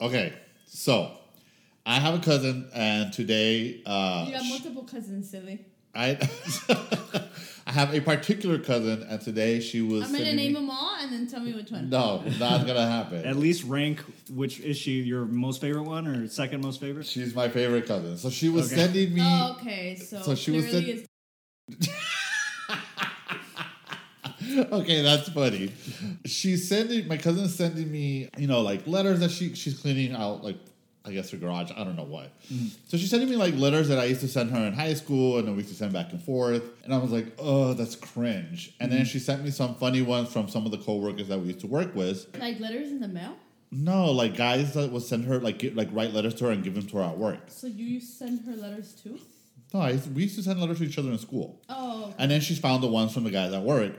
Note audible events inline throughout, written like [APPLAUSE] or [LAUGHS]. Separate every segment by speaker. Speaker 1: Okay, so I have a cousin, and today uh,
Speaker 2: You have multiple cousins, silly.
Speaker 1: I [LAUGHS] I have a particular cousin, and today she was.
Speaker 2: I'm gonna
Speaker 1: sending
Speaker 2: name
Speaker 1: me-
Speaker 2: them all and then tell me which one.
Speaker 1: No, not gonna
Speaker 3: [LAUGHS]
Speaker 1: happen.
Speaker 3: At least rank which is she your most favorite one or second most favorite?
Speaker 1: She's my favorite cousin, so she was
Speaker 3: Okay.
Speaker 1: sending me.
Speaker 2: Oh, okay, so,
Speaker 1: So she was
Speaker 2: clearly
Speaker 1: the-
Speaker 2: it's
Speaker 1: okay, that's funny. She's sending my cousin's sending me, you know, like letters that she she's cleaning out, like I guess her garage. I don't know what. So she's sending me like letters that I used to send her in high school, and then we used to send back and forth. And I was like, oh, that's cringe. And then she sent me some funny ones from some of the coworkers that we used to work with.
Speaker 2: like letters in the mail.
Speaker 1: No, like guys that would send her like get, like write letters to her and give them to her at work.
Speaker 2: So you send her letters too?
Speaker 1: No, I, we used to send letters to each other in school.
Speaker 2: Oh,
Speaker 1: And then she found the ones from the guys at work.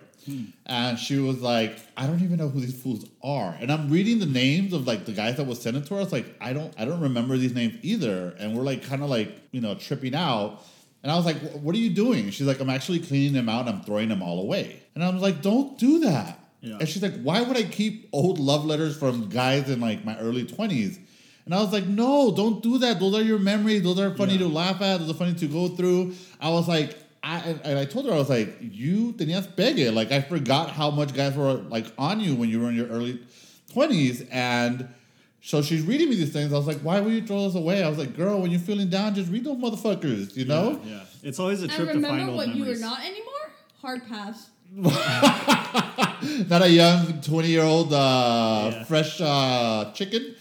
Speaker 1: And she was like, I don't even know who these fools are. And I'm reading the names of like the guys that was sending to us. Like, I don't I don't remember these names either. And we're like kind of like, you know, tripping out. And I was like, "Wh- what are you doing? She's like, I'm actually cleaning them out and I'm throwing them all away. And I'm like, don't do that.
Speaker 3: Yeah.
Speaker 1: And she's like, why would I keep old love letters from guys in like my early 20s? And I was like, no, don't do that. Those are your memories. Those are funny
Speaker 3: Yeah.
Speaker 1: to laugh at. Those are funny to go through. I was like, I and- and I told her I was like, you tenías pegue. Like I forgot how much guys were like on you when you were in your early twenties. And so she's reading me these things. I was like, why will you throw this away? I was like, girl, when you're feeling down, just read those motherfuckers. You know?
Speaker 3: Yeah. It's always a
Speaker 2: I
Speaker 3: trip to find
Speaker 2: remember
Speaker 3: old
Speaker 2: what you were
Speaker 3: memories.
Speaker 2: not anymore. Hard pass.
Speaker 1: Not a young twenty year old uh,
Speaker 3: Yeah.
Speaker 1: fresh uh, chicken.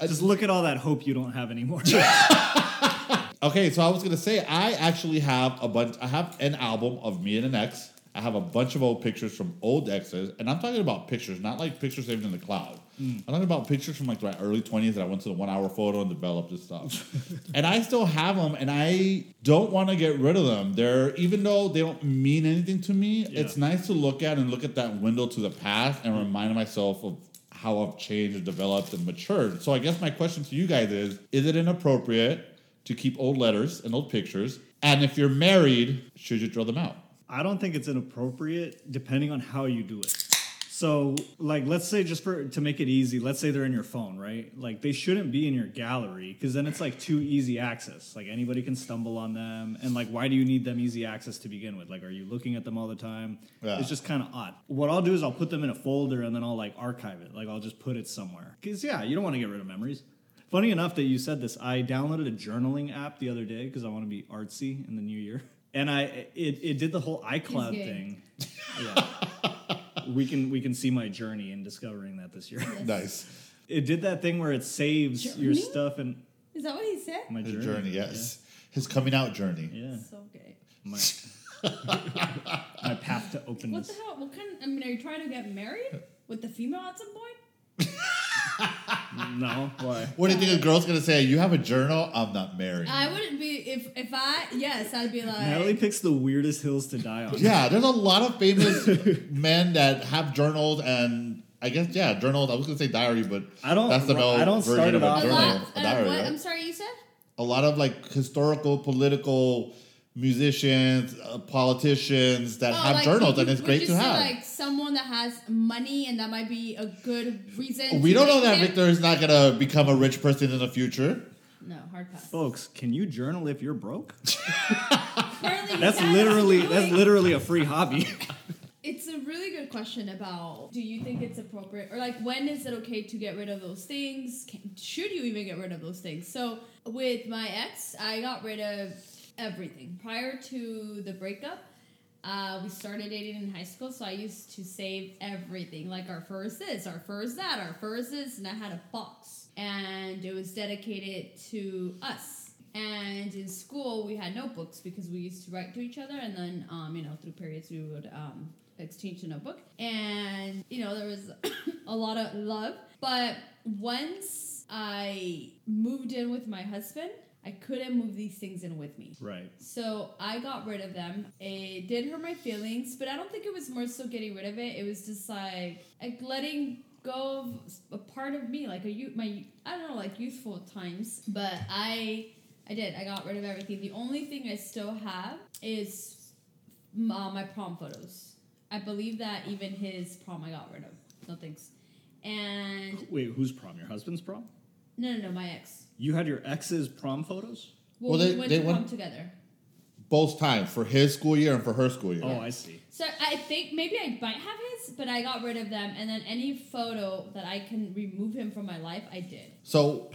Speaker 3: Just look at all that hope you don't have anymore.
Speaker 1: Okay, so I was gonna say I actually have a bunch. I have an album of me and an ex. I have a bunch of old pictures from old exes, and I'm talking about pictures, not like pictures saved in the cloud. I'm talking about pictures from like my early 20s that I went to the one hour photo and developed and stuff. and I still have them, and I don't want to get rid of them. They're even though they don't mean anything to me,
Speaker 3: Yeah.
Speaker 1: it's nice to look at and look at that window to the past and remind myself of how I've changed and developed and matured. So I guess my question to you guys is: Is it inappropriate? to keep old letters and old pictures. And if you're married, should you throw them out?
Speaker 3: I don't think it's inappropriate depending on how you do it. So, like, let's say just for to make it easy, let's say they're in your phone, right? Like, they shouldn't be in your gallery because then it's like too easy access. Like, anybody can stumble on them, and like, why do you need them easy access to begin with? Like, are you looking at them all the time?
Speaker 1: Yeah.
Speaker 3: It's just kind of odd. What I'll do is I'll put them in a folder and then I'll like archive it. Like, I'll just put it somewhere because yeah, you don't want to get rid of memories. Funny enough that you said this, I downloaded a journaling app the other day because I want to be artsy in the new year. And I it, it did the whole iCloud
Speaker 2: gay.
Speaker 3: thing. Yeah. we can we can see my journey in discovering that
Speaker 2: [LAUGHS]
Speaker 3: this year.
Speaker 1: Nice.
Speaker 3: It did that thing where it saves your
Speaker 2: Journey?
Speaker 3: stuff and
Speaker 2: Is that what he said?
Speaker 3: my
Speaker 1: His
Speaker 3: journey.
Speaker 1: journey, yes. His coming out journey.
Speaker 3: Yeah.
Speaker 2: So gay.
Speaker 3: My, my path to
Speaker 2: What the
Speaker 3: openness.
Speaker 2: hell? What kind? I mean, are you trying to get married with the female at some point?
Speaker 3: No, why?
Speaker 1: What do you think a girl's gonna say? You have a journal? I'm not married.
Speaker 2: I wouldn't be if if I yes, I'd be like
Speaker 3: Natalie picks the weirdest hills to
Speaker 1: [LAUGHS]
Speaker 3: die on.
Speaker 1: yeah, there's a lot of famous [LAUGHS] men that have journals and I guess yeah, journals. I was gonna say diary, but
Speaker 3: I don't-
Speaker 1: That's the male
Speaker 3: I don't
Speaker 1: version
Speaker 3: start
Speaker 1: of
Speaker 3: it
Speaker 1: a
Speaker 3: off-
Speaker 2: a
Speaker 1: journal.
Speaker 2: lot.
Speaker 1: A
Speaker 2: uh,
Speaker 1: diary.
Speaker 2: what?
Speaker 1: right?
Speaker 2: I'm sorry, you said.
Speaker 1: a lot of like historical, political musicians, uh, politicians that have
Speaker 2: Oh, like,
Speaker 1: journals,
Speaker 2: you
Speaker 1: and it's
Speaker 2: would
Speaker 1: great
Speaker 2: just
Speaker 1: to
Speaker 2: say,
Speaker 1: have.
Speaker 2: Like someone that has money, and that might be a good reason.
Speaker 1: we
Speaker 2: to
Speaker 1: don't know
Speaker 2: make
Speaker 1: that
Speaker 2: them-
Speaker 1: Victor is not gonna become a rich person in the future.
Speaker 2: No, hard pass.
Speaker 3: Folks, can you journal if
Speaker 1: [LAUGHS]
Speaker 3: you're broke?
Speaker 2: Apparently he
Speaker 3: That's
Speaker 2: has
Speaker 3: literally
Speaker 2: doing-
Speaker 3: that's literally a
Speaker 1: [LAUGHS]
Speaker 3: free hobby.
Speaker 2: It's a really good question about do you think it's appropriate or like when is it okay to get rid of those things? Can, should you even get rid of those things? So with my ex, I got rid of everything prior to the breakup. Uh, we started dating in high school, so I used to save everything like our first this, our first that, our first this, and I had a box and it was dedicated to us. And in school, we had notebooks because we used to write to each other, and then um, you know through periods we would um, exchange a notebook. And you know there was [COUGHS] a lot of love, but once I moved in with my husband, I couldn't move these things in with me.
Speaker 3: right.
Speaker 2: So I got rid of them. It did hurt my feelings, but I don't think it was more so getting rid of it. It was just like like letting go of s- a part of me, like a you my I don't know, like youthful times. But I I did. I got rid of everything. The only thing I still have is m- uh, my prom photos. I believe that even his prom I got rid of. No thanks. And
Speaker 3: Wait, whose prom? Your husband's prom?
Speaker 2: No, no, no, my ex.
Speaker 3: You had your ex's prom photos?
Speaker 2: Well,
Speaker 1: Well,
Speaker 2: we
Speaker 1: they-
Speaker 2: went
Speaker 1: they
Speaker 2: to
Speaker 1: went-
Speaker 2: prom together.
Speaker 1: Both times for his school year and for her school year.
Speaker 3: Oh, I see.
Speaker 2: So I think maybe I might have his, but I got rid of them. And then any photo that I can remove him from my life, I did.
Speaker 1: So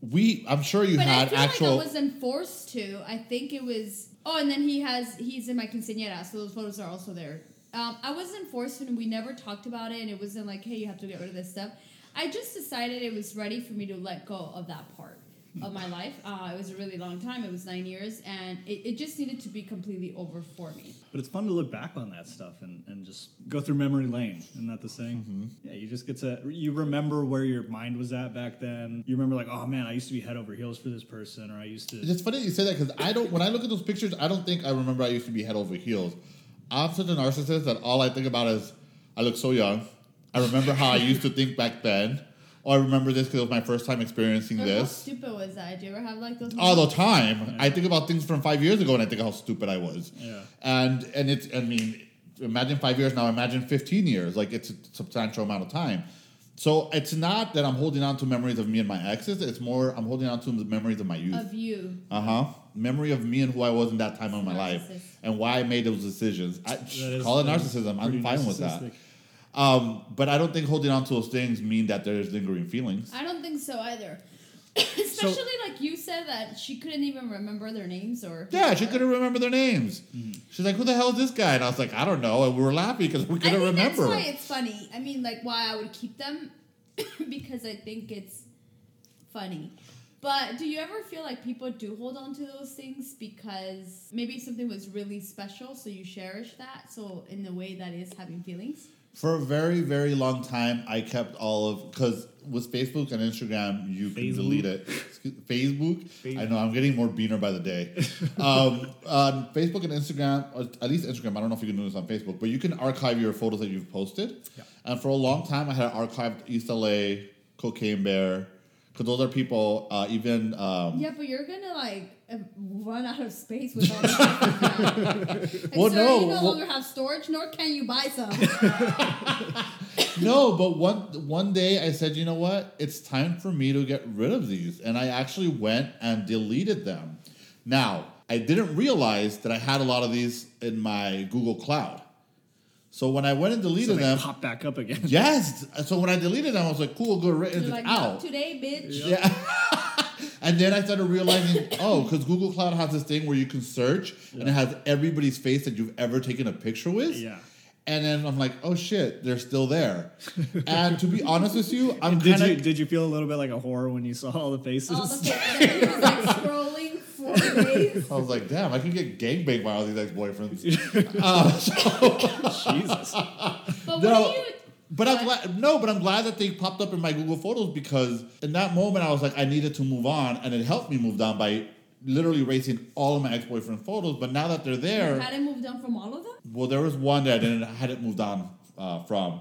Speaker 1: we, I'm sure you
Speaker 2: but I
Speaker 1: had
Speaker 2: feel
Speaker 1: actual.
Speaker 2: like I wasn't forced to. I think it was. Oh, and then he has. He's in my quinceañera, so those photos are also there. Um, I wasn't forced, and we never talked about it. And it wasn't like, hey, you have to get rid of this stuff. I just decided it was ready for me to let go of that part of my life. Uh, it was a really long time. It was nine years, and it, it just needed to be completely over for me.
Speaker 3: But it's fun to look back on that stuff and, and just go through memory lane. Isn't that the saying?
Speaker 1: Mm-hmm.
Speaker 3: Yeah, you just get to, you remember where your mind was at back then. You remember, like, oh man, I used to be head over heels for this person, or I used to.
Speaker 1: It's funny that you say that because I don't. When I look at those pictures, I don't think I remember I used to be head over heels. I'm such a narcissist that all I think about is I look so young. I remember how I used to think back then. Or I remember this because it was my first time experiencing
Speaker 2: [LAUGHS] Or How
Speaker 1: this.
Speaker 2: stupid was that? Do you ever have like those?
Speaker 1: All the
Speaker 2: moments?
Speaker 3: Mm-hmm.
Speaker 1: time, I think about things from five years ago, and I think how stupid I was.
Speaker 3: Yeah.
Speaker 1: And and it's. I mean, imagine five years now. Imagine fifteen years. Like it's a substantial amount of time. So it's not that I'm holding on to memories of me and my exes. It's more I'm holding on to the memories of my youth.
Speaker 2: of you.
Speaker 1: Uh huh. Memory of me and who I was in that time of my life
Speaker 2: Narcissist.
Speaker 1: and why I made those decisions. I,
Speaker 3: That is-
Speaker 1: call it
Speaker 3: that is
Speaker 1: narcissism. I'm
Speaker 3: pretty
Speaker 1: fine with that.
Speaker 3: narcissistic.
Speaker 1: Um, but I don't think holding on to those things mean that there's lingering feelings.
Speaker 2: I don't think so either. [COUGHS] Especially like you said that she couldn't even remember their names or
Speaker 1: yeah, she couldn't remember their names. She's like, "Who the hell is this guy?" And I was like, "I don't know." And we were laughing because we
Speaker 2: I
Speaker 1: couldn't
Speaker 2: think
Speaker 1: remember.
Speaker 2: that's why it's funny. I mean, like why I would keep them [COUGHS] because I think it's funny. But do you ever feel like people do hold on to those things because maybe something was really special, so you cherish that? So in a way, that is having feelings.
Speaker 1: For a very, very long time, I kept all of because with Facebook and Instagram, you can
Speaker 3: Facebook.
Speaker 1: delete it. Excuse- Facebook, I know I'm getting more beaner by the day. um, on Facebook and Instagram, or at least Instagram, I don't know if you can do this on Facebook, but you can archive your photos that you've posted.
Speaker 3: Yeah.
Speaker 1: And for a long time, I had archived East LA, Cocaine Bear, because those are people. Uh, even um,
Speaker 2: Yeah, but you're gonna like uh, run out of space with all
Speaker 1: [LAUGHS]
Speaker 2: this stuff. like,
Speaker 1: Well,
Speaker 2: sir,
Speaker 1: no,
Speaker 2: you no
Speaker 1: well-
Speaker 2: longer have storage, nor can you buy
Speaker 1: [LAUGHS]
Speaker 2: some.
Speaker 1: no, but one one day I said, you know what? It's time for me to get rid of these, and I actually went and deleted them. Now I didn't realize that I had a lot of these in my Google Cloud. So when I went and
Speaker 3: So
Speaker 1: deleted
Speaker 3: they
Speaker 1: them,
Speaker 3: pop back up again.
Speaker 1: yes. So when I deleted them, I was like, cool, good riddance,
Speaker 2: You're
Speaker 1: it's
Speaker 2: like,
Speaker 1: out.
Speaker 2: not today, bitch.
Speaker 1: Yeah. [LAUGHS] and then I started realizing, oh, because Google Cloud has this thing where you can search and it has everybody's face that you've ever taken a picture with.
Speaker 3: Yeah.
Speaker 1: And then I'm like, oh shit, they're still
Speaker 3: [LAUGHS]
Speaker 1: there. and to be honest with you, I'm
Speaker 3: Did
Speaker 1: kind
Speaker 3: you
Speaker 1: of.
Speaker 3: did you feel a little bit like a horror when you saw all the faces?
Speaker 2: All the pictures. He Oh, was like scrolling
Speaker 1: [LAUGHS]
Speaker 2: for days.
Speaker 1: I was like, damn, I can get gangbanged by all these ex
Speaker 3: [LAUGHS]
Speaker 1: boyfriends.
Speaker 3: [LAUGHS] Jesus.
Speaker 2: But
Speaker 1: No,
Speaker 2: what do you?
Speaker 1: But I'm glad, no, but I'm glad that they popped up in my Google Photos because in that moment I was like, I needed to move on, and it helped me move on by literally erasing all of my ex boyfriend photos. But now that they're there,
Speaker 2: You hadn't moved on from all of them.
Speaker 1: Well, there was one that I didn't I hadn't moved on uh, from,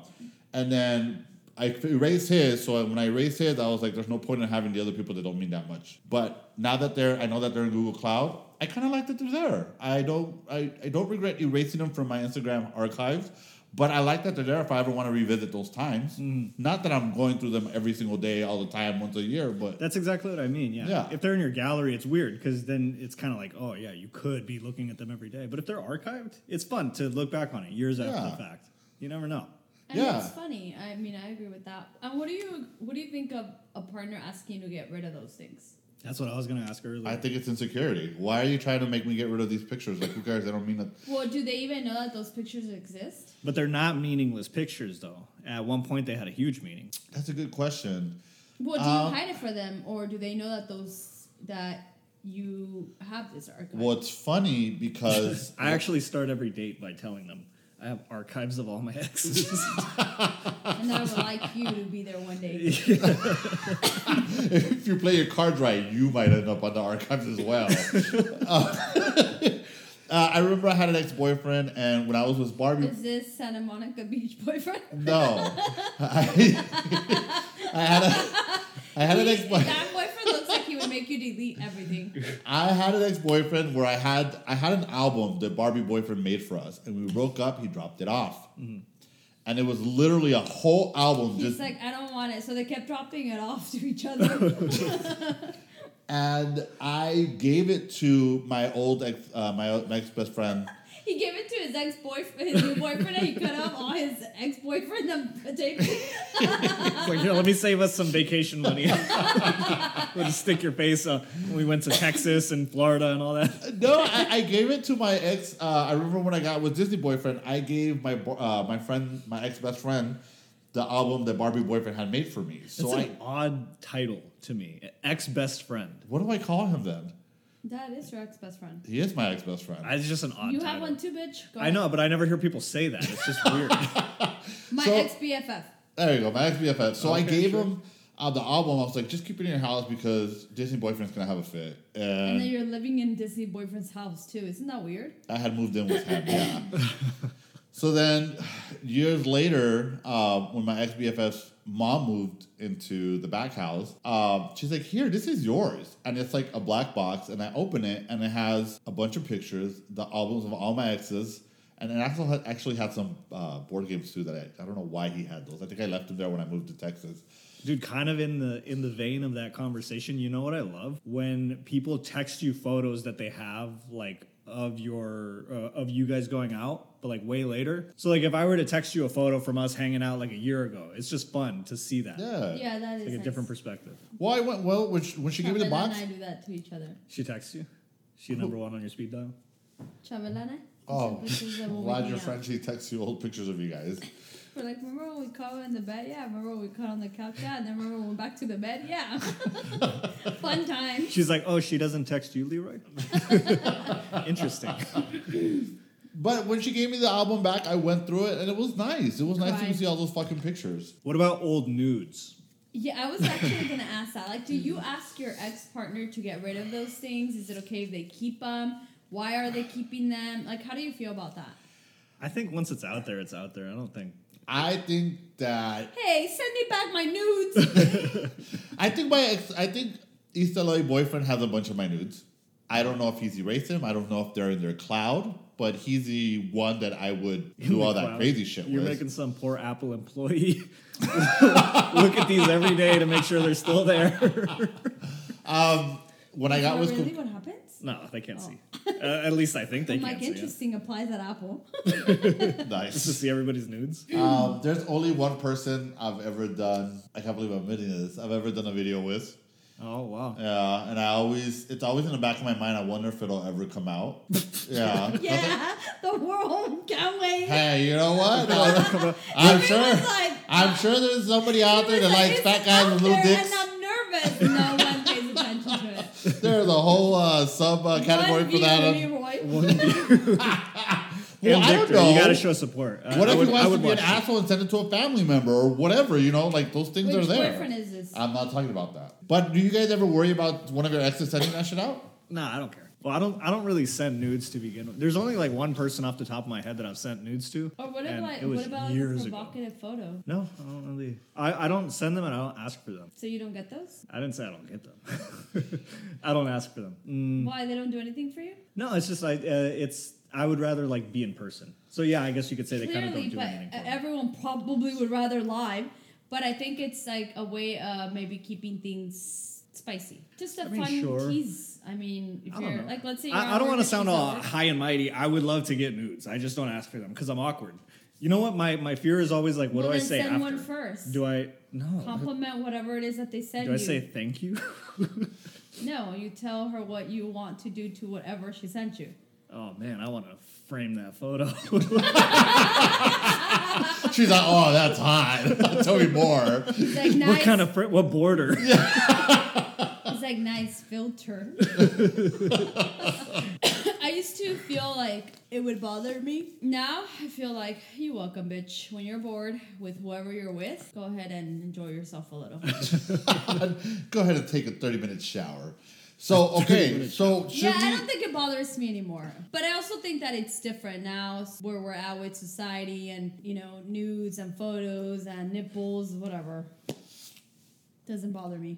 Speaker 1: and then I erased his. So when I erased his, I was like, "There's no point in having the other people that don't mean that much." But now that they're, I know that they're in Google Cloud. I kind of like that they're there. I don't, I, I don't regret erasing them from my Instagram archives, but I like that they're there if I ever want to revisit those times. Not that I'm going through them every single day, all the time, once a year, but
Speaker 3: That's exactly what I mean. Yeah.
Speaker 1: Yeah.
Speaker 3: If they're in your gallery, it's weird because then it's kind of like, oh yeah, you could be looking at them every day. But if they're archived, it's fun to look back on it years after
Speaker 1: Yeah.
Speaker 3: the fact. You never know.
Speaker 2: I mean,
Speaker 1: Yeah.
Speaker 2: it's funny. I mean, I agree with that. And what do you? What do you think of a partner asking you to get rid of those things?
Speaker 3: That's what I was gonna ask earlier.
Speaker 1: I think it's insecurity. Why are you trying to make me get rid of these pictures? Like, who cares? I don't mean that.
Speaker 2: Well, do they even know that those pictures exist?
Speaker 3: but they're not meaningless pictures though. At one point they had a huge meaning.
Speaker 1: That's a good question.
Speaker 2: Well, do
Speaker 1: Um,
Speaker 2: you hide it for them, or do they know that those that you have this archive?
Speaker 1: Well, it's funny
Speaker 2: [LAUGHS]
Speaker 1: because
Speaker 3: I actually start every date by telling them I have archives of all my exes. [LAUGHS]
Speaker 2: And I would like you to be there one
Speaker 1: [LAUGHS]
Speaker 2: day.
Speaker 1: if you play your cards right, you might end up on the archives as
Speaker 2: [LAUGHS]
Speaker 1: well. Uh, [LAUGHS] uh, I remember I had an ex boyfriend, and when I was with Barbie,
Speaker 2: Is this Santa Monica Beach boyfriend? [LAUGHS]
Speaker 1: no, I, I [LAUGHS] had a, I had an ex boyfriend.
Speaker 2: that boyfriend looks like he would make you delete
Speaker 1: [LAUGHS]
Speaker 2: everything.
Speaker 1: I had an ex-boyfriend where I had I had an album that Barbie boyfriend made for us, and we broke up. He dropped it off, and it was literally a whole album
Speaker 2: Mm-hmm. He's
Speaker 1: just
Speaker 2: like, I don't on it, so they kept dropping it off to each other.
Speaker 1: [LAUGHS] and I gave it to my old ex, uh, my, o- my ex best friend.
Speaker 2: he gave it to his ex boyfriend, his new boyfriend, and he cut off all his ex boyfriend the [LAUGHS] tape.
Speaker 3: It's like, here, let me save us some vacation money. [LAUGHS] We'll just stick your face up. We went to Texas and Florida and all that.
Speaker 1: No, I, I gave it to my ex. Uh, I remember when I got with Disney boyfriend, I gave my bo- uh, my friend, my ex best friend, the album that Barbie boyfriend had made for me. So
Speaker 3: That's
Speaker 1: I,
Speaker 3: an odd title to me. Ex best friend.
Speaker 1: what do I call him then?
Speaker 2: That is your ex best friend.
Speaker 1: He is my ex best friend.
Speaker 3: That's just an odd
Speaker 2: You
Speaker 3: title.
Speaker 2: have one too, bitch. Go
Speaker 3: I know, but I never hear people say that. It's just
Speaker 2: [LAUGHS]
Speaker 3: weird.
Speaker 2: ahead. My
Speaker 1: So-
Speaker 2: ex BFF.
Speaker 1: There you go, my ex BFF. So I
Speaker 3: Okay,
Speaker 1: gave
Speaker 3: sure.
Speaker 1: him uh, the album. I was like, just keep it in your house because Disney boyfriend's gonna have a fit.
Speaker 2: And
Speaker 1: And,
Speaker 2: then you're living in Disney boyfriend's house too. Isn't that weird?
Speaker 1: I had moved in with him. Yeah. [LAUGHS] so then, years later, uh, when my ex BFF's mom moved into the back house, um, she's like, "Here, this is yours," and it's like a black box. And I open it, and it has a bunch of pictures, the albums of all my exes. And it actually had, actually had some uh, board games too that I, I don't know why he had those. I think I left them there when I moved to Texas.
Speaker 3: Dude, kind of in the in the vein of that conversation, you know what I love? When people text you photos that they have like of your uh, of you guys going out, but like way later. So like if I were to text you a photo from us hanging out like a year ago, it's just fun to see that.
Speaker 1: Yeah.
Speaker 2: Yeah, that is
Speaker 3: Like a
Speaker 2: nice.
Speaker 3: different perspective.
Speaker 1: Well, I went well when she, when she gave me the
Speaker 2: Chamela
Speaker 1: box.
Speaker 2: and I do that to each other.
Speaker 3: She texts you. She number one on your speed dial.
Speaker 2: Chamela and I.
Speaker 1: Oh,
Speaker 2: This is the
Speaker 1: I'm
Speaker 2: one we
Speaker 1: [LAUGHS] glad
Speaker 2: hang
Speaker 1: your
Speaker 2: out.
Speaker 1: friend she texts you old pictures of you guys.
Speaker 2: We're like, remember when we caught in the bed? Yeah. Remember when we caught on the couch? Yeah. And then remember when we went back to the bed?
Speaker 1: [LAUGHS]
Speaker 2: Yeah. Fun time.
Speaker 3: She's like, "Oh, she doesn't text you,
Speaker 2: [LAUGHS]
Speaker 3: Leroy." [LAUGHS] Interesting.
Speaker 1: But when she gave me the album back, I went through it and it was nice. It was nice to
Speaker 2: Right.
Speaker 1: see all those fucking pictures.
Speaker 3: What about old nudes?
Speaker 2: Yeah, I was actually gonna ask that. Like, do you ask your ex partner to get rid of those things? Is it okay if they keep them? Why are they keeping them? Like, how do you feel about that?
Speaker 3: I think once it's out there, it's out there. I don't think
Speaker 1: I think that
Speaker 2: Hey, send me back
Speaker 1: [LAUGHS]
Speaker 2: my nudes.
Speaker 1: I think my ex I think East LA boyfriend has a bunch of my nudes. I don't know if he's erased them. I don't know if they're in their cloud, but he's the one that I would do all that
Speaker 3: Wow.
Speaker 1: crazy shit
Speaker 3: You're
Speaker 1: with.
Speaker 3: making some poor Apple employee [LAUGHS] look at these every day to make sure they're still there. [LAUGHS]
Speaker 1: when I
Speaker 2: Is
Speaker 1: got
Speaker 2: that
Speaker 1: with
Speaker 2: really what happens?
Speaker 3: no, they can't see.
Speaker 2: Oh.
Speaker 3: Uh, at least I think they
Speaker 2: I'm
Speaker 3: can't
Speaker 2: like,
Speaker 3: see. it.
Speaker 2: interesting. Applies at Apple. [LAUGHS]
Speaker 1: nice.
Speaker 3: Just to see everybody's nudes.
Speaker 1: Um, there's only one person I've ever done. I can't believe I'm admitting this. I've ever done a video with.
Speaker 3: Oh wow.
Speaker 1: Yeah, and I always, it's always in the back of my mind. I wonder if it'll ever come
Speaker 3: [LAUGHS]
Speaker 1: out. Yeah.
Speaker 2: yeah, the world can't wait.
Speaker 1: Hey, you know
Speaker 2: [LAUGHS]
Speaker 1: what?
Speaker 2: Everyone's
Speaker 1: I'm sure.
Speaker 2: like-
Speaker 1: I'm sure there's somebody out there that likes
Speaker 2: It's
Speaker 1: fat guys
Speaker 2: out
Speaker 1: with little
Speaker 2: there
Speaker 1: dicks.
Speaker 2: And I'm nervous. No one pays attention to it.
Speaker 1: [LAUGHS] There's a whole uh, sub uh, category
Speaker 2: One
Speaker 1: for
Speaker 2: view,
Speaker 1: that. Um,
Speaker 2: Leroy.
Speaker 1: Well,
Speaker 3: and
Speaker 1: I don't
Speaker 3: Victor,
Speaker 1: know.
Speaker 3: you gotta show support. I-
Speaker 1: what
Speaker 3: I
Speaker 1: if
Speaker 3: would,
Speaker 1: he
Speaker 3: I
Speaker 1: wants to
Speaker 3: would
Speaker 1: be an
Speaker 3: watch it.
Speaker 1: asshole and send it to a family member or whatever? You know, like those things are
Speaker 2: Which
Speaker 1: there. Uh,
Speaker 2: boyfriend is this?
Speaker 1: I'm not talking about that. But do you guys ever worry about one of your exes sending that shit out?
Speaker 3: Nah, I don't care. Well, I don't. I don't really send nudes to begin with. There's only like one person off the top of my head that I've sent nudes to.
Speaker 2: Or what
Speaker 3: and
Speaker 2: about
Speaker 3: it was
Speaker 2: what about like,
Speaker 3: years
Speaker 2: a
Speaker 3: ago.
Speaker 2: provocative photo?
Speaker 3: No, I don't really. I, I don't send them and I don't ask for them.
Speaker 2: So you don't get those?
Speaker 3: I didn't say I don't get them. [LAUGHS] I don't ask for them.
Speaker 2: Why they don't do anything for you?
Speaker 3: No, it's just like uh, it's. I would rather like be in person. So yeah, I guess you could say they kind of
Speaker 2: Clearly,
Speaker 3: don't do
Speaker 2: but uh,
Speaker 3: anything. For me.
Speaker 2: everyone probably would rather live. But I think it's like a way of maybe keeping things spicy. Just a
Speaker 3: I mean,
Speaker 2: fun
Speaker 3: sure.
Speaker 2: tease. I mean, if
Speaker 3: I don't
Speaker 2: you're
Speaker 3: know.
Speaker 2: like, let's say you're
Speaker 3: I, I
Speaker 2: at
Speaker 3: don't
Speaker 2: work
Speaker 3: want to
Speaker 2: and
Speaker 3: sound
Speaker 2: she's at
Speaker 3: all
Speaker 2: work.
Speaker 3: high and mighty. I would love to get nudes. I just don't ask for them because I'm awkward. You know what? My my fear is always like, what
Speaker 2: Well,
Speaker 3: do I
Speaker 2: then
Speaker 3: say
Speaker 2: send
Speaker 3: after?
Speaker 2: one first.
Speaker 3: Do I no?
Speaker 2: compliment whatever it is that they send
Speaker 3: Do I
Speaker 2: you.
Speaker 3: say thank you? [LAUGHS]
Speaker 2: no, you tell her what you want to do to whatever she sent
Speaker 3: [LAUGHS]
Speaker 2: you.
Speaker 3: oh man, I want to frame that photo. [LAUGHS]
Speaker 1: She's like, oh, that's hot. [LAUGHS] Tell me more.
Speaker 2: It's like nice.
Speaker 3: what kind of fr- what border?
Speaker 2: It's like nice filter. [LAUGHS] I used to feel like it would bother me. Now I feel like you welcome, bitch. When you're bored with whoever you're with, go ahead and enjoy yourself a little.
Speaker 1: Go ahead and take a 30 minute shower. So, okay, so should
Speaker 2: yeah, I
Speaker 1: we-
Speaker 2: don't think it bothers me anymore. But I also think that it's different now, where we're at with society and you know nudes and photos and nipples, whatever. Doesn't bother me.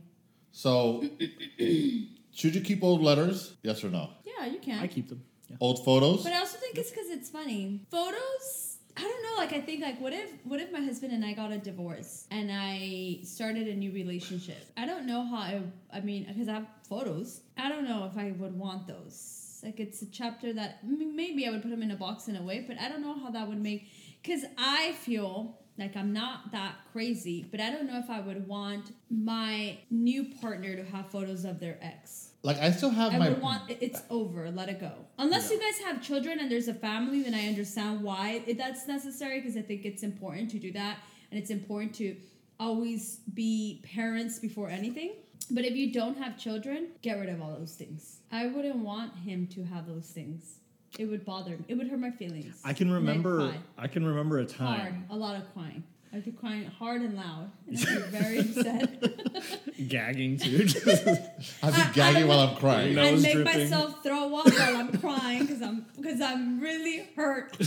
Speaker 1: So, [CLEARS THROAT] should you keep old letters? Yes or no?
Speaker 2: Yeah, you can.
Speaker 3: I keep them. Yeah.
Speaker 1: Old photos?
Speaker 2: But I also think it's because it's funny. Photos I don't know. Like I think like what if what if my husband and I got a divorce and I started a new relationship? I don't know how. I, I mean, because I have photos. I don't know if I would want those. Like it's a chapter that m- maybe I would put them in a box in a way, but I don't know how that would make. Because I feel like I'm not that crazy, but I don't know if I would want my new partner to have photos of their ex.
Speaker 1: Like I still have
Speaker 2: I
Speaker 1: my [LAUGHS]
Speaker 2: would want it- it's over. Let it go. Unless you guys have children and there's a family, then I understand why it, that's necessary because I think it's important to do that and it's important to always be parents before anything. But if you don't have children, get rid of all those things. I wouldn't want him to have those things. It would bother me. It would hurt my feelings.
Speaker 3: I can
Speaker 2: And I'd
Speaker 3: remember.
Speaker 2: cry.
Speaker 3: I can remember a
Speaker 2: hard,
Speaker 3: time
Speaker 2: a lot of crying. I'd be crying hard and loud, and I'd be very [LAUGHS] upset.
Speaker 3: gagging too. [LAUGHS]
Speaker 1: I'd be
Speaker 2: [LAUGHS] I- I
Speaker 1: gagging
Speaker 2: don't
Speaker 1: while
Speaker 2: know.
Speaker 1: I'm crying.
Speaker 3: No.
Speaker 2: I
Speaker 3: Nose
Speaker 2: make
Speaker 3: dripping.
Speaker 2: myself throw up while I'm crying because I'm because I'm really
Speaker 3: [LAUGHS]
Speaker 2: hurt.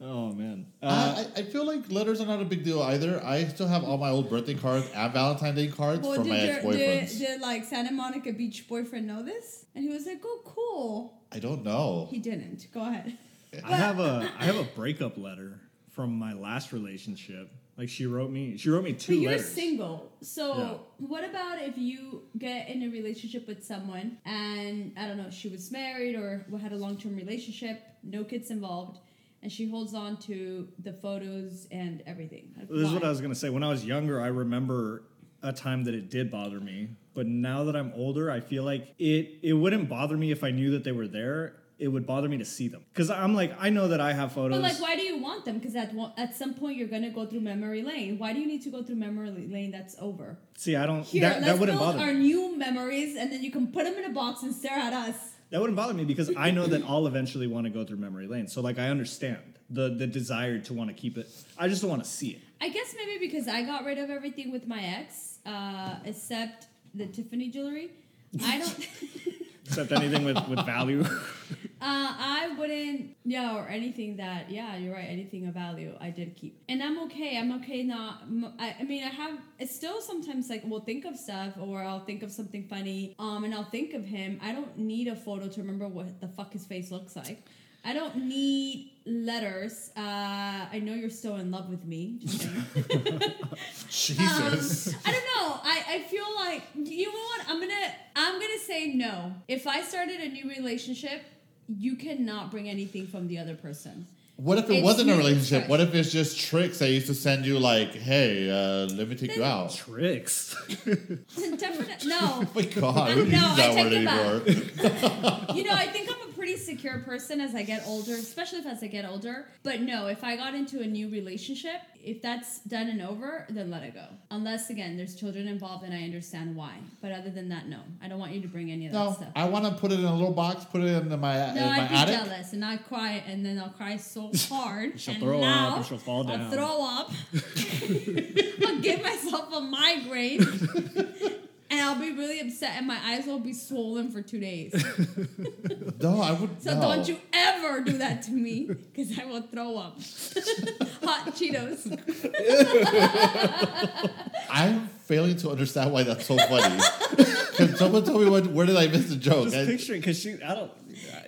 Speaker 3: oh man. Uh,
Speaker 1: I, I I feel like letters are not a big deal either. I still have all my old birthday cards and Valentine's Day cards
Speaker 2: Well,
Speaker 1: from my
Speaker 2: did
Speaker 1: ex
Speaker 2: your did,
Speaker 1: boyfriends.
Speaker 2: did like Santa Monica Beach boyfriend know this? And he was like, "Oh, cool."
Speaker 1: I don't know.
Speaker 2: He didn't. Go ahead.
Speaker 3: I have a I have a breakup letter from my last relationship. Like she wrote me. She wrote me
Speaker 2: But
Speaker 3: two
Speaker 2: you're
Speaker 3: letters.
Speaker 2: single, so what about if you get in a relationship with someone and I don't know, she was married or had a long term relationship, no kids involved, and she holds on to the photos and everything. Like,
Speaker 3: This is what
Speaker 2: why?
Speaker 3: I was gonna say. When I was younger, I remember a time that it did bother me. But now that I'm older, I feel like it it wouldn't bother me if I knew that they were there. It would bother me to see them because I'm like I know that I have
Speaker 2: But
Speaker 3: photos.
Speaker 2: like, why do you want them? Because at one, at some point you're gonna go through memory lane. Why do you need to go through memory lane? That's over.
Speaker 3: See, I don't.
Speaker 2: Here,
Speaker 3: that
Speaker 2: let's
Speaker 3: that wouldn't
Speaker 2: build
Speaker 3: bother.
Speaker 2: our
Speaker 3: me.
Speaker 2: new memories, and then you can put them in a box and stare at us.
Speaker 3: That wouldn't bother me because I know that I'll eventually want to go through memory lane. So like I understand the the desire to want to keep it. I just don't want to see it.
Speaker 2: I guess maybe because I got rid of everything with my ex, uh, except the Tiffany jewelry. I don't.
Speaker 3: [LAUGHS] Except anything with with value. [LAUGHS]
Speaker 2: Uh, I wouldn't, yeah, or anything that, yeah, you're right, anything of value I did keep. And I'm okay, I'm okay not, m- I, I mean, I have, it's still sometimes like we'll think of stuff or I'll think of something funny um, and I'll think of him. I don't need a photo to remember what the fuck his face looks like. I don't need letters. Uh, I know you're still in love with me. Just saying.
Speaker 1: Jesus.
Speaker 2: Um, I don't know. I, I feel like you know what? I'm gonna I'm gonna say no. If I started a new relationship, you cannot bring anything from the other person. [LAUGHS]
Speaker 1: What if it
Speaker 2: It's
Speaker 1: wasn't a
Speaker 2: not
Speaker 1: relationship?
Speaker 2: tricks.
Speaker 1: What if it's just tricks I used to send you, like, hey, uh, let me take you out?
Speaker 2: [LAUGHS]
Speaker 3: Tricks.
Speaker 2: Definite- no.
Speaker 1: Oh my God, we don't [LAUGHS]
Speaker 2: No,
Speaker 1: use
Speaker 2: I
Speaker 1: that
Speaker 2: take
Speaker 1: word
Speaker 2: it back.
Speaker 1: anymore.
Speaker 2: You know, I think I'm a pretty secure person as I get older, especially if as I get older. But no, if I got into a new relationship, if that's done and over, then let it go. Unless again, there's children involved and I understand why. But other than that, no. I don't want you to bring any of that
Speaker 1: [LAUGHS] No,
Speaker 2: [LAUGHS] stuff.
Speaker 1: I want to put it in a little box, put it in the- my, in
Speaker 2: No,
Speaker 1: my
Speaker 2: I'd be
Speaker 1: attic.
Speaker 2: jealous, and I'd cry, and then I'll cry so hard.
Speaker 3: [LAUGHS] She'll
Speaker 2: and
Speaker 3: throw up,
Speaker 2: loud,
Speaker 3: and she'll fall
Speaker 2: I'll
Speaker 3: down.
Speaker 2: throw
Speaker 3: [LAUGHS]
Speaker 2: up. [LAUGHS] I'll give myself a
Speaker 3: [LAUGHS]
Speaker 2: migraine, and I'll be really upset, and my eyes will be swollen for two days.
Speaker 1: No, I would.
Speaker 2: So
Speaker 1: no.
Speaker 2: don't you ever do that to me, because I will throw up. [LAUGHS] Hot Cheetos.
Speaker 1: I'm failing to understand why that's so funny.
Speaker 3: [LAUGHS]
Speaker 1: Can someone tell me what, where did I miss the joke?
Speaker 3: Just
Speaker 1: I-
Speaker 3: picture it because she. I don't.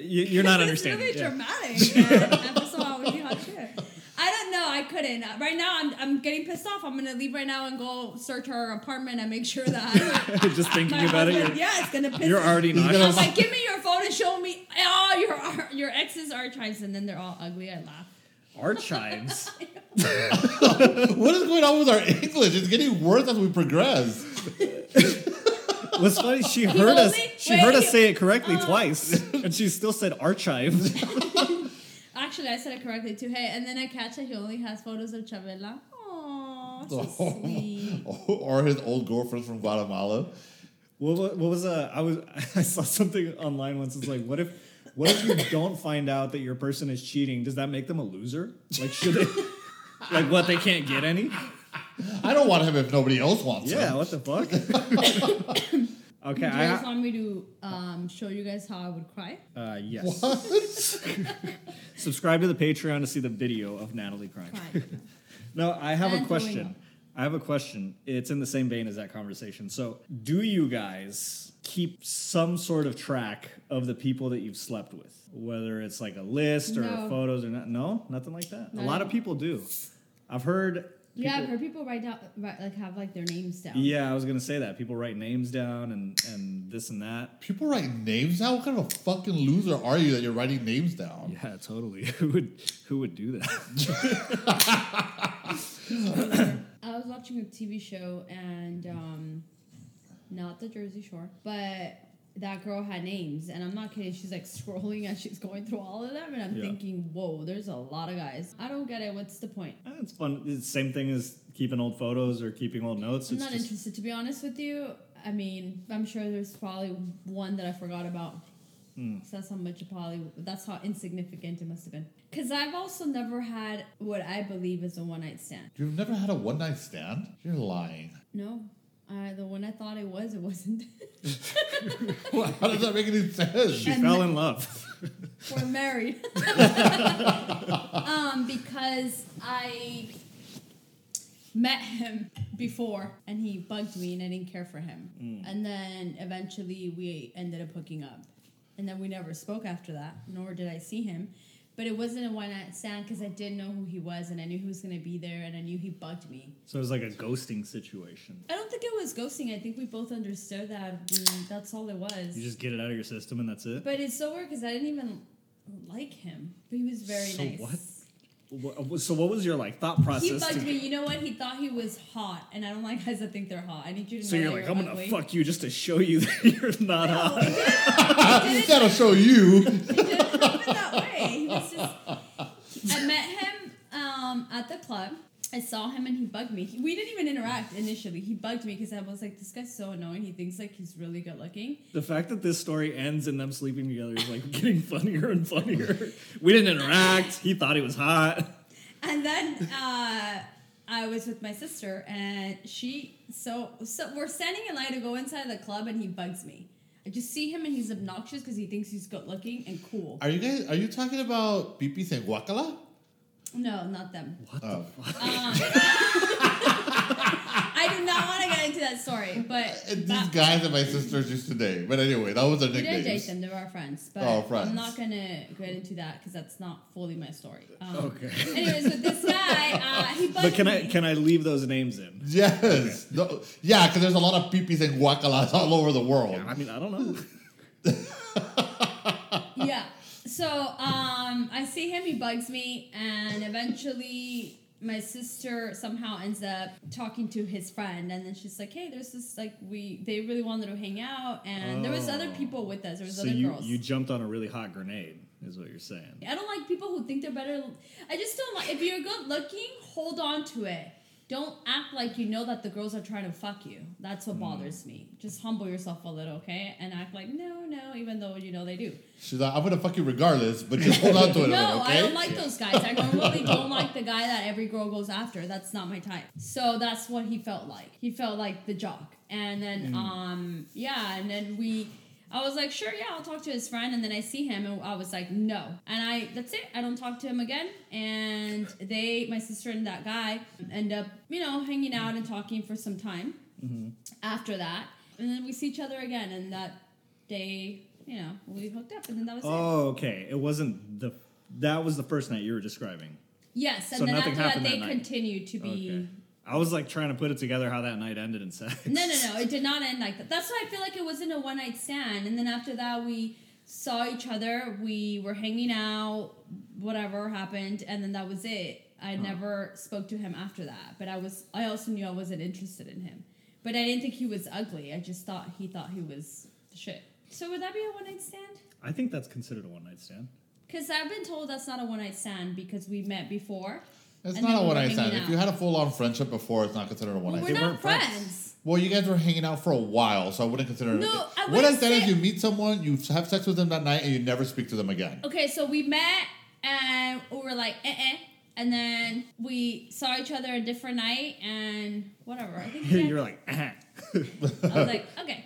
Speaker 3: You, you're not understanding.
Speaker 2: It's
Speaker 3: yeah.
Speaker 2: really dramatic. man. Episode I would be hot shit. I don't know. I couldn't. Uh, Right now, I'm, I'm getting pissed off. I'm gonna leave right now and go search her apartment and make sure that
Speaker 3: [LAUGHS] just thinking
Speaker 2: my
Speaker 3: about it,
Speaker 2: husband-
Speaker 3: you're,
Speaker 2: yeah, it's gonna piss.
Speaker 3: you're
Speaker 2: me.
Speaker 3: already
Speaker 1: He's
Speaker 3: not.
Speaker 2: I
Speaker 1: gonna-
Speaker 2: was like, give me your phone and show me all your ar- your ex's archives, and then they're all ugly. I laugh. [LAUGHS]
Speaker 3: Archives.
Speaker 1: what is going on with our English? It's getting worse as we progress. [LAUGHS]
Speaker 3: What's funny? She heard us.
Speaker 2: only- uh,
Speaker 3: She heard us
Speaker 2: wait.
Speaker 3: say it correctly
Speaker 2: [LAUGHS]
Speaker 3: twice, and she still said archives. [LAUGHS]
Speaker 2: Actually, I said it correctly too. Hey, and then I catch that he only has photos of Chabela. Aww, so
Speaker 1: Oh.
Speaker 3: [LAUGHS]
Speaker 2: sweet.
Speaker 1: or his old girlfriend from Guatemala.
Speaker 3: What, what, what was uh, I was [LAUGHS] I saw something online once. It's like, what if what if you don't find out that your person is cheating? Does that make them a loser? Like should they? [LAUGHS] like what? They can't get any?
Speaker 1: I don't want him if nobody else wants him.
Speaker 3: Yeah. What the
Speaker 2: [LAUGHS]
Speaker 3: fuck?
Speaker 2: Do you
Speaker 3: okay.
Speaker 2: guys
Speaker 3: I,
Speaker 2: want me to um, show you guys how I would cry?
Speaker 3: uh, yes.
Speaker 1: What?
Speaker 3: [LAUGHS] Subscribe to the Patreon to see the video of Natalie crying. [LAUGHS]
Speaker 2: Cry.
Speaker 3: No, I have
Speaker 2: And throwing
Speaker 3: a question. I have a question. It's in the same vein as that conversation. So, do you guys keep some sort of track of the people that you've slept with? Whether it's like a list or
Speaker 2: No.
Speaker 3: photos or not? No, nothing like that. A
Speaker 2: No.
Speaker 3: lot of people do. I've heard.
Speaker 2: yeah, I've
Speaker 3: people-
Speaker 2: heard people write down, write, like have like their names down.
Speaker 3: Yeah, I was gonna say that. People write names down and and this and that.
Speaker 1: People write names down? What kind of a fucking loser are you that you're writing names down?
Speaker 3: Yeah, totally. [LAUGHS] who would who would do that?
Speaker 2: I was watching a TV show and
Speaker 3: Hmm.
Speaker 2: um, not the Jersey Shore, but that girl had names, and I'm not kidding. She's like scrolling as she's going through all of them, and I'm
Speaker 3: Yeah.
Speaker 2: thinking, whoa, there's a lot of guys. I don't get it. What's the point?
Speaker 3: Eh, It's fun. It's the same thing as keeping old photos or keeping old notes.
Speaker 2: I'm
Speaker 3: It's
Speaker 2: not
Speaker 3: just-
Speaker 2: interested, to be honest with you. I mean, I'm sure there's probably one that I forgot about.
Speaker 3: Hmm.
Speaker 2: So that's how much it probably. That's how insignificant it must have been. Because I've also never had what I believe is a one night stand.
Speaker 1: You've never had a one night stand? You're lying.
Speaker 3: [LAUGHS]
Speaker 2: No, uh, the one I thought it was, it wasn't. [LAUGHS]
Speaker 1: How does that make any sense?
Speaker 3: she
Speaker 2: And
Speaker 3: fell
Speaker 2: the-
Speaker 3: in love. [LAUGHS]
Speaker 2: We're married. [LAUGHS] um, because I met him before and he bugged me and I didn't care for him.
Speaker 3: Mm.
Speaker 2: And then eventually we ended up hooking up. And then we never spoke after that, nor did I see him. But it wasn't a one night stand because I didn't know who he was and I knew he was going to be there and I knew he bugged me.
Speaker 3: So it was like a ghosting situation.
Speaker 2: I don't think it was ghosting. I think we both understood that mm, that's all it was.
Speaker 3: You just get it out of your system and that's it.
Speaker 2: But it's so weird because I didn't even like him. But he was very
Speaker 3: So
Speaker 2: nice.
Speaker 3: what? Wha- So what was your like thought
Speaker 2: He
Speaker 3: process? to-
Speaker 2: bugged me. You know what? He thought he was hot, and I don't like guys that think they're hot. I need you to
Speaker 3: So
Speaker 2: know.
Speaker 3: you're
Speaker 2: that
Speaker 3: like, I'm gonna
Speaker 2: ugly.
Speaker 3: fuck you just to show you [LAUGHS] that you're not
Speaker 2: No,
Speaker 3: hot.
Speaker 1: That'll show you.
Speaker 2: it didn't happen that way. He was just. I met him um, at the club. I saw him and he bugged me. He- we didn't even interact initially. He bugged me because I was like, this guy's so annoying. He thinks like he's really good looking.
Speaker 3: The fact that this story ends in them sleeping together is like [LAUGHS] getting funnier and funnier. We didn't interact. He thought he was hot.
Speaker 2: And then uh, I was with my sister, and she so so we're standing in line to go inside the club, and he bugs me. I just see him, and he's obnoxious because he thinks he's good looking and cool.
Speaker 1: Are you guys are you talking about Pipis and Guacala?
Speaker 2: No, not them.
Speaker 3: What
Speaker 1: Oh.
Speaker 3: the fuck?
Speaker 2: I do not want to get into that story, but
Speaker 1: And these
Speaker 2: that-
Speaker 1: guys that my sisters used to date. But anyway, that was their
Speaker 2: we did date
Speaker 1: nickname.
Speaker 2: them. They were our friends, but
Speaker 1: Oh, friends.
Speaker 2: I'm not gonna get into that because that's not fully my story. Um,
Speaker 3: Okay.
Speaker 2: [LAUGHS] Anyways, with this guy, uh, he bugged
Speaker 3: But can
Speaker 2: me.
Speaker 3: I can I leave those names in?
Speaker 1: Yes. No, yeah, because there's a lot of Pipis and Guacalas all over the world.
Speaker 3: I mean, I don't know.
Speaker 2: yeah. So um, I see him, he bugs me, and eventually my sister somehow ends up talking to his friend, and then she's like, "Hey, there's this like we they really wanted to hang out, and there was other
Speaker 3: Oh.
Speaker 2: people with us. There was
Speaker 3: So
Speaker 2: other
Speaker 3: you
Speaker 2: girls."
Speaker 3: you jumped on a really hot grenade, is what you're saying.
Speaker 2: I don't like people who think they're better. I just don't like if you're good looking, hold on to it. Don't act like you know that the girls are trying to fuck you. That's what bothers me. Just humble yourself a little, okay? And act like no, no, even though you know they do.
Speaker 1: She's like, I'm gonna fuck you regardless, but just hold on to it. a
Speaker 2: [LAUGHS] No,
Speaker 1: little, okay?
Speaker 2: I don't like those guys. I normally don't like the guy that every girl goes after. That's not my type. So that's what he felt like. He felt like the jock. And then,
Speaker 1: Mm.
Speaker 2: um, yeah, and then we. I was like, sure, yeah, I'll talk to his friend, and then I see him, and I was like, no, and I, that's it, I don't talk to him again. And they, my sister and that guy, end up, you know, hanging out and talking for some time
Speaker 1: Mm-hmm.
Speaker 2: after that, and then we see each other again, and that day, you know, we hooked up, and then that was it.
Speaker 3: Oh, okay. It wasn't the that was the first night you were describing.
Speaker 2: Yes, and
Speaker 3: So
Speaker 2: then
Speaker 3: nothing
Speaker 2: after that
Speaker 3: happened
Speaker 2: they
Speaker 3: that night.
Speaker 2: continued to
Speaker 3: Okay.
Speaker 2: be.
Speaker 3: I was like trying to put it together how that night ended in sex.
Speaker 2: No, no, no. It did not end like that. That's why I feel like it wasn't a one night stand. And then after that, we saw each other. We were hanging out. Whatever happened, and then that was it. I never spoke to him after that. But I was. I also knew I wasn't interested in him. But I didn't think he was ugly. I just thought he thought he was the shit. So would that be a one night stand?
Speaker 3: I think that's considered a one night stand.
Speaker 2: Because I've been told that's not a one night stand because we met before.
Speaker 1: That's
Speaker 2: And
Speaker 1: not
Speaker 2: then
Speaker 1: what
Speaker 2: we're
Speaker 1: I
Speaker 2: hanging
Speaker 1: said.
Speaker 2: out.
Speaker 1: If you had a full on friendship before, it's not considered a one
Speaker 2: Well,
Speaker 1: night
Speaker 2: we're
Speaker 1: stand.
Speaker 2: not
Speaker 3: weren't friends.
Speaker 2: friends.
Speaker 1: Well, you guys were hanging out for a while, so I wouldn't consider it.
Speaker 2: No, I
Speaker 1: what I
Speaker 2: wouldn't
Speaker 1: said
Speaker 2: say-
Speaker 1: is you meet someone, you have sex with them that night, and you never speak to them again.
Speaker 2: Okay, so we met and we were like, eh eh. And then we saw each other a different night and whatever.
Speaker 1: [LAUGHS]
Speaker 2: I think
Speaker 3: [LAUGHS] You're like, ah.
Speaker 2: I was like, okay.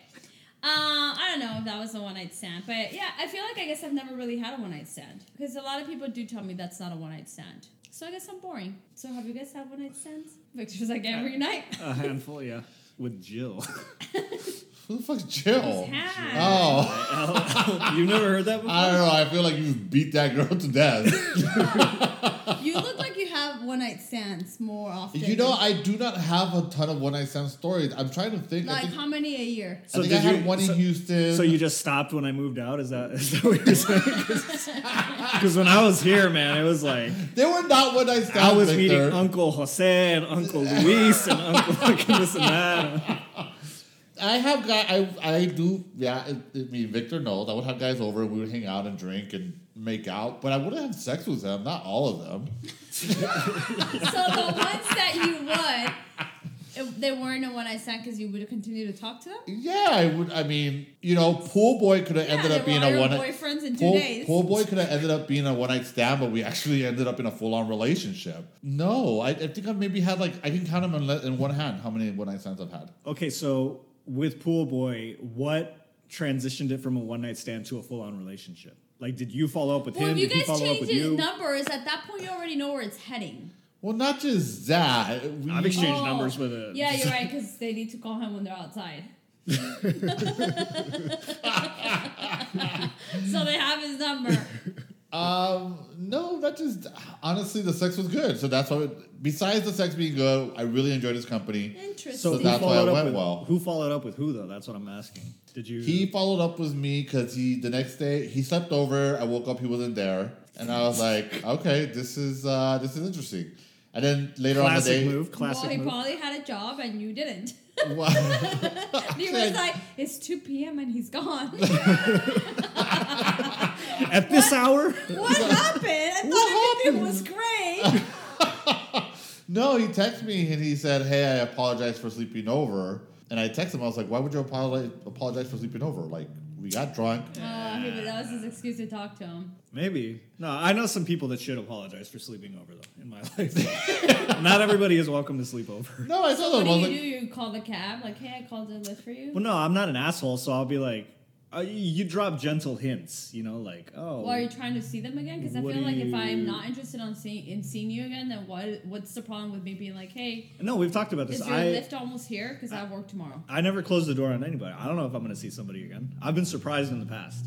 Speaker 2: Uh, I don't know if that was a one night stand, but yeah, I feel like I guess I've never really had a one night stand because a lot of people do tell me that's not a one night stand. So I guess I'm boring. So have you guys had one night stands? Pictures like every night.
Speaker 3: A handful, yeah. With Jill. [LAUGHS]
Speaker 1: Who the fuck's Jill?
Speaker 2: Had.
Speaker 1: Oh,
Speaker 3: You've never heard that before?
Speaker 1: I don't know. I feel like you beat that girl to death.
Speaker 2: You look like you have one night stands more often.
Speaker 1: Oh. you know, I do not have a ton of one night stand stories. I'm trying to think. I
Speaker 2: like
Speaker 1: think,
Speaker 2: how many a year?
Speaker 1: I, think I had one
Speaker 3: so,
Speaker 1: in Houston.
Speaker 3: so you just stopped when I moved out? Is that, is that what you're saying? [LAUGHS] Because when I was here, man, it was like
Speaker 1: they were not one night stands.
Speaker 3: I was meeting
Speaker 1: Victor.
Speaker 3: Uncle Jose and Uncle Luis and Uncle fucking this and that.
Speaker 1: I have guy. I I do. Yeah, it, I mean Victor knows. I would have guys over. We would hang out and drink and make out, but I wouldn't have sex with them. Not all of them.
Speaker 2: so the ones that you would, it- they weren't a one night stand because you would continue to talk to them.
Speaker 1: Yeah, I would. I mean, you know, pool boy could have ended
Speaker 2: yeah,
Speaker 1: up
Speaker 2: they
Speaker 1: being
Speaker 2: were
Speaker 1: a
Speaker 2: our
Speaker 1: one.
Speaker 2: boyfriends in two
Speaker 1: Pool,
Speaker 2: days.
Speaker 1: pool boy could have ended up being a one night stand, but we actually ended up in a full on relationship. No, I, I think I maybe had like I can count them in, le- in one hand how many one night stands I've had.
Speaker 3: Okay, so with Pool Boy, what transitioned it from a one night stand to a full on relationship? Like, did you follow up with
Speaker 2: Well,
Speaker 3: him?
Speaker 2: if you
Speaker 3: did he
Speaker 2: guys
Speaker 3: follow up
Speaker 2: change
Speaker 3: with
Speaker 2: his
Speaker 3: you?
Speaker 2: numbers, at that point you already know where it's heading. Oh.
Speaker 1: Well, not just that. We,
Speaker 3: I've exchanged numbers with a.
Speaker 2: Yeah, you're right because they need to call him when they're
Speaker 3: [LAUGHS]
Speaker 2: outside. so they have his number.
Speaker 1: Um, no, not just. Honestly, the sex was good, so that's why. Besides the sex being good, I really enjoyed his company.
Speaker 2: Interesting.
Speaker 3: So, who
Speaker 1: that's why
Speaker 3: followed
Speaker 1: it
Speaker 3: up
Speaker 1: went
Speaker 3: with,
Speaker 1: well.
Speaker 3: Who followed up with who though? That's what I'm asking. Did you?
Speaker 1: He followed up with me because he the next day he slept over. I woke up, he wasn't there, and I was like, okay, this is uh, this is interesting. And then later
Speaker 3: classic
Speaker 1: on the day,
Speaker 3: move.
Speaker 2: well,
Speaker 3: Classic
Speaker 2: he
Speaker 3: move.
Speaker 2: probably had a job and you didn't. [LAUGHS]
Speaker 1: Well,
Speaker 2: he
Speaker 1: Okay.
Speaker 2: was like, "It's two p.m. and he's gone.
Speaker 1: [LAUGHS]
Speaker 3: At this hour.
Speaker 2: what happened? I
Speaker 1: What
Speaker 2: thought everything was great."
Speaker 1: [LAUGHS] no, he texted me and he said, hey, I apologize for sleeping over. And I texted him. I was like, why would you apologize apologize for sleeping over? Like we got drunk.
Speaker 2: oh, he, that was his excuse to talk to him.
Speaker 3: Maybe. No, I know some people that should apologize for sleeping over though. In my [LAUGHS] life, not everybody is welcome to sleep over.
Speaker 1: No, I saw
Speaker 2: What
Speaker 1: that.
Speaker 2: do
Speaker 1: I was
Speaker 2: you do?
Speaker 1: like,
Speaker 2: You call the cab, like, "Hey, I called a lift for you."
Speaker 3: Well, no, I'm not an asshole, so I'll be like, uh, you drop gentle hints, you know, like, oh,
Speaker 2: Well, are you trying to see them again? Because I
Speaker 3: What
Speaker 2: feel
Speaker 3: do
Speaker 2: like if I'm
Speaker 3: you-
Speaker 2: not interested on seeing in seeing you again, then what? What's the problem with me being like, "Hey,
Speaker 3: no, we've talked about this.
Speaker 2: is your
Speaker 3: I
Speaker 2: lift almost here? Because I work tomorrow."
Speaker 3: I never close the door on anybody. I don't know if I'm going to see somebody again. I've been surprised in the past.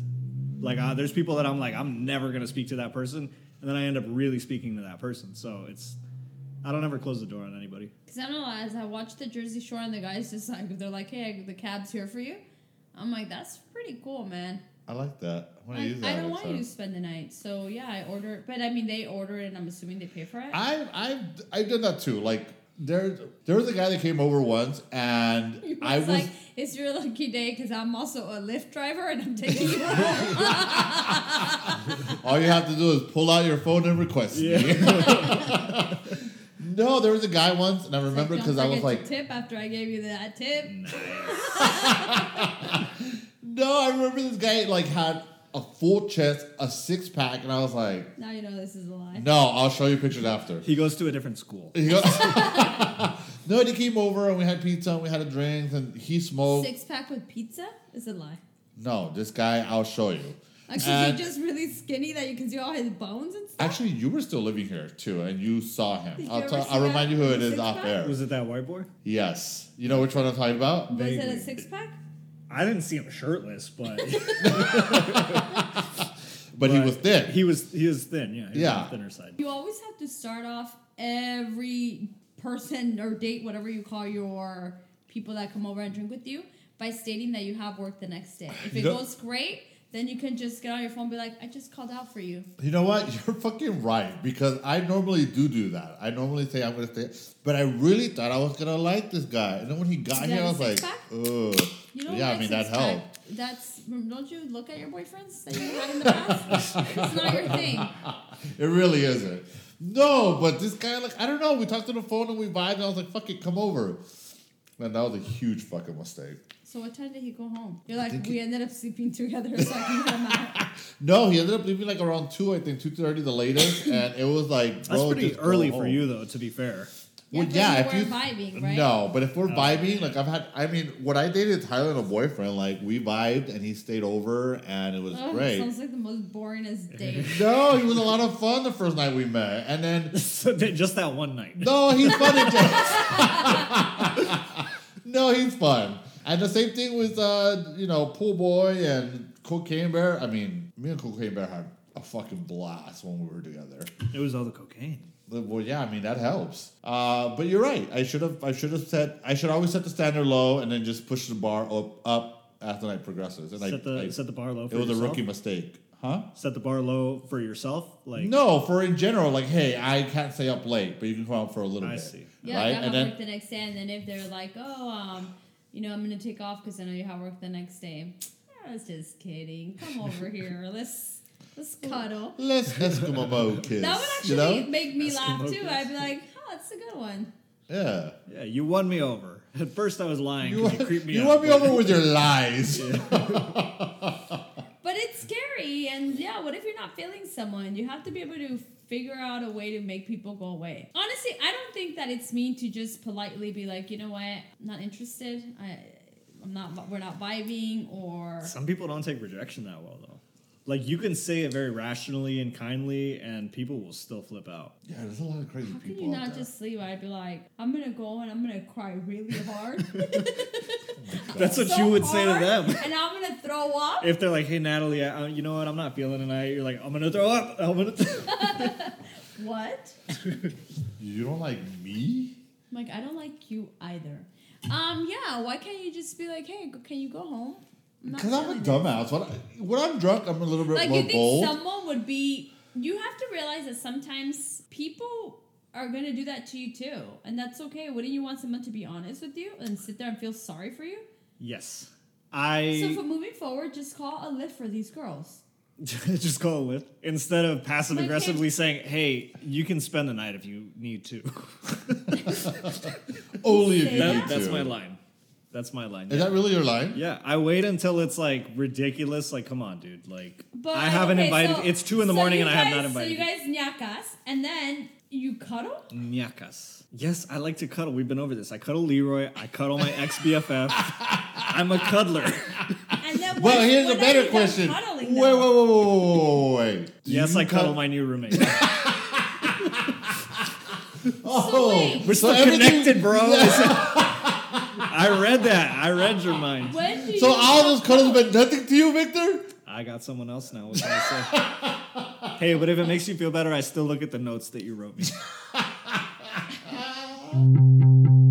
Speaker 3: Like, uh, there's people that I'm like, I'm never going to speak to that person, and then I end up really speaking to that person. So it's, I don't ever close the door on anybody.
Speaker 2: Because I don't know, as I watch the Jersey Shore and the guys just like, they're like, hey, the cab's here for you. I'm like, that's pretty cool, man.
Speaker 1: I like that. I want to
Speaker 2: I,
Speaker 1: use that.
Speaker 2: I don't
Speaker 1: next
Speaker 2: want
Speaker 1: time.
Speaker 2: you to spend the night. So yeah, I order. But I mean, they order it and I'm assuming they pay for it.
Speaker 1: I I I did that too. Like there there was a guy that came over once, and
Speaker 2: He
Speaker 1: I was
Speaker 2: like, it's your lucky day because I'm also a Lyft driver and I'm taking
Speaker 1: [LAUGHS]
Speaker 2: you home.
Speaker 1: all you have to do is pull out your phone and request me. [LAUGHS] no, there was a guy once, and I remember
Speaker 2: Don't
Speaker 1: because I was
Speaker 2: forget
Speaker 1: like,
Speaker 2: to tip after I gave you that tip.
Speaker 1: no, I remember this guy like had a full chest, a six pack, and I was like,
Speaker 2: Now you know this is a lie.
Speaker 1: no, I'll show you pictures after.
Speaker 3: He goes to a different school.
Speaker 1: [LAUGHS] He goes- no, and he came over and we had pizza and we had a drink and he smoked.
Speaker 2: Six pack with pizza is a lie.
Speaker 1: No, this guy, I'll show you.
Speaker 2: Actually,
Speaker 1: Uh,
Speaker 2: you're just really skinny that you can see all his bones and stuff.
Speaker 1: Actually, you were still living here too, and you saw him.
Speaker 2: Did [LAUGHS] you
Speaker 1: I'll,
Speaker 2: ever
Speaker 1: tell,
Speaker 2: see
Speaker 1: I'll
Speaker 2: that
Speaker 1: remind you who it is
Speaker 2: six
Speaker 1: off
Speaker 2: pack?
Speaker 1: air.
Speaker 3: Was it that white boy?
Speaker 1: Yes, you know which one I'm talking about.
Speaker 2: Was it
Speaker 3: Vaguely.
Speaker 2: a six pack?
Speaker 3: I didn't see him shirtless,
Speaker 1: [LAUGHS]
Speaker 3: but [LAUGHS]
Speaker 1: But he was thin.
Speaker 3: He was he was thin. Yeah, he was
Speaker 1: Yeah.
Speaker 3: on the thinner side.
Speaker 2: You always have to start off every person or date, whatever you call your people that come over and drink with you, by stating that you have work the next day. If it
Speaker 1: No.
Speaker 2: goes great, then you can just get on your phone and be like, I just called out for you.
Speaker 1: you know what? [LAUGHS] You're fucking right because I normally do do that. I normally say I'm gonna stay, but I really thought I was gonna like this guy, and then when he got
Speaker 2: Is
Speaker 1: here, I
Speaker 2: that a
Speaker 1: was like,
Speaker 2: six pack?
Speaker 1: ugh.
Speaker 2: You don't
Speaker 1: Yeah, I
Speaker 2: like
Speaker 1: mean that
Speaker 2: six-pack.
Speaker 1: helped.
Speaker 2: That's don't you look at your boyfriends that you had in the
Speaker 1: [LAUGHS]
Speaker 2: past? it's not your thing.
Speaker 1: It really isn't. No, but this guy, like, I don't know. We talked on the phone and we vibed, and I was like, fuck it, come over. Man, that was a huge fucking mistake.
Speaker 2: So what time did he go home? You're like,
Speaker 1: think
Speaker 2: we ended up sleeping together, so I can get
Speaker 1: [LAUGHS]
Speaker 2: him out.
Speaker 1: No, he ended up leaving like around two, I think two thirty, the latest, and it was like
Speaker 3: That's
Speaker 1: bro,
Speaker 3: pretty
Speaker 1: just go
Speaker 3: early for
Speaker 1: home.
Speaker 3: you, though. To be fair, [LAUGHS]
Speaker 2: Yeah,
Speaker 1: Well,
Speaker 2: 'cause
Speaker 1: yeah.
Speaker 2: you
Speaker 1: if
Speaker 2: were
Speaker 1: you
Speaker 2: vibing, right?
Speaker 1: no, but if we're
Speaker 3: Oh,
Speaker 1: vibing,
Speaker 3: yeah.
Speaker 1: like I've had, I mean, when I dated Tyler and a boyfriend, like we vibed and he stayed over and it was
Speaker 2: Ugh,
Speaker 1: great.
Speaker 2: Oh, Sounds like the most boringest
Speaker 1: [LAUGHS]
Speaker 2: date.
Speaker 1: no, he was a lot of fun the first night we met, and then
Speaker 2: [LAUGHS]
Speaker 3: So that- just that one night.
Speaker 1: [LAUGHS] no, he's fun. in jail. [LAUGHS] no, he's fun. And the same thing with uh, you know, pool boy and cocaine bear. I mean, me and cocaine bear had a fucking blast when we were together.
Speaker 3: It was all the cocaine.
Speaker 1: Well, yeah, I mean that helps. Uh, but you're right. I should have. I should have set. I should always set the standard low and then just push the bar up, up as the night progresses. And I,
Speaker 3: set the
Speaker 1: I-
Speaker 3: set the bar low. For
Speaker 1: it was
Speaker 3: yourself?
Speaker 1: a rookie mistake, huh?
Speaker 3: Set the bar low for yourself. Like
Speaker 1: No, for in general, like, hey, I can't stay up late, but you can come out for a little
Speaker 3: I
Speaker 1: bit.
Speaker 3: see.
Speaker 2: Yeah,
Speaker 1: right,
Speaker 2: I have
Speaker 1: and then
Speaker 2: work the next day, and then if they're like, oh, um, you know, I'm gonna take off because I know you have work the next day. I was just kidding. Come
Speaker 1: [LAUGHS]
Speaker 2: over here. Let's let's cuddle.
Speaker 1: let's Eskimo Mo
Speaker 2: [LAUGHS]
Speaker 1: kiss.
Speaker 2: That would actually
Speaker 1: you know?
Speaker 2: make me laugh
Speaker 3: Eskimo
Speaker 2: too. I'd be like, oh, that's a good one.
Speaker 1: yeah.
Speaker 3: Yeah, you won me over. [LAUGHS] At first, I was lying. 'cause You, creeped me
Speaker 1: you
Speaker 3: out.
Speaker 1: won me over
Speaker 3: [LAUGHS]
Speaker 1: with your lies.
Speaker 2: But it's scary, and yeah, what if you're not feeling someone? You have to be able to figure out a way to make people go away. Honestly, I don't think that it's mean to just politely be like, you know what, not interested. I, I'm not. We're not vibing, or
Speaker 3: Some people don't take rejection that well, though. Like you can say it very rationally and kindly, and people will still flip out.
Speaker 1: Yeah, there's a lot of crazy
Speaker 2: How can
Speaker 1: people.
Speaker 2: you
Speaker 1: out
Speaker 2: not
Speaker 1: there.
Speaker 2: just leave? I'd be like, I'm gonna go and I'm gonna cry really hard.
Speaker 3: [LAUGHS] That's what
Speaker 2: So
Speaker 3: you would say to
Speaker 2: hard,
Speaker 3: them.
Speaker 2: And I'm gonna throw up.
Speaker 3: If they're like, "Hey, Natalie, I, I- you know what? I'm not feeling tonight." You're like, "I'm gonna throw up. I'm gonna." Th-. [LAUGHS]
Speaker 2: What?
Speaker 1: You don't like me?
Speaker 2: I'm like, I don't like you either. Um, yeah, why can't you just be like, hey, g- can you go home? not
Speaker 1: Because I'm a
Speaker 2: feeling it.
Speaker 1: dumbass. When, I, when I'm drunk, I'm a little bit
Speaker 2: Like,
Speaker 1: more
Speaker 2: you think
Speaker 1: bold.
Speaker 2: someone would be. You have to realize that sometimes people are gonna do that to you too. And that's okay. Wouldn't you want someone to be honest with you and sit there and feel sorry for you?
Speaker 3: Yes, I.
Speaker 2: So, for moving forward, just call a lift for these girls.
Speaker 3: [LAUGHS] just call it with instead of passive
Speaker 2: Like, hey-
Speaker 3: aggressively saying, "Hey, you can spend the night if you need to."
Speaker 1: Only if you
Speaker 2: That-
Speaker 1: need
Speaker 3: that's
Speaker 1: to.
Speaker 3: my line. That's my line.
Speaker 1: Is that really your line?
Speaker 3: Yeah, I wait until it's like ridiculous. Like, come on, dude. Like,
Speaker 2: But
Speaker 3: I haven't
Speaker 2: okay,
Speaker 3: invited.
Speaker 2: so-
Speaker 3: it's two in the
Speaker 2: so
Speaker 3: morning,
Speaker 2: you
Speaker 3: and I have
Speaker 2: guys-
Speaker 3: not invited. Mm.
Speaker 2: So you guys nyakas, and then you cuddle.
Speaker 3: you. Nyakas. Yes, I like to cuddle. We've been over this. I cuddle Leroy. I cuddle my ex BFF.
Speaker 2: [LAUGHS]
Speaker 3: I'm a cuddler.
Speaker 2: And then
Speaker 1: Well,
Speaker 2: once-
Speaker 1: here's
Speaker 2: when
Speaker 1: a
Speaker 2: are you
Speaker 1: better
Speaker 2: done
Speaker 1: question. Wait,
Speaker 2: Cuddling,
Speaker 1: wait,
Speaker 2: though?
Speaker 1: wait, wait, wait, wait, wait. Do
Speaker 3: yes,
Speaker 1: you
Speaker 3: I cuddle
Speaker 1: cut-
Speaker 3: my new roommate.
Speaker 2: So
Speaker 1: Oh,
Speaker 2: wait.
Speaker 3: We're still
Speaker 1: everything-
Speaker 3: connected, bro.
Speaker 1: [LAUGHS]
Speaker 3: I read that. I read your mind.
Speaker 2: When do
Speaker 1: So
Speaker 2: you
Speaker 1: all those cuddles meant nothing to you, Victor?
Speaker 3: I got someone else now. What can I say? hey, but if it makes you feel better, I still look at the notes that you wrote me.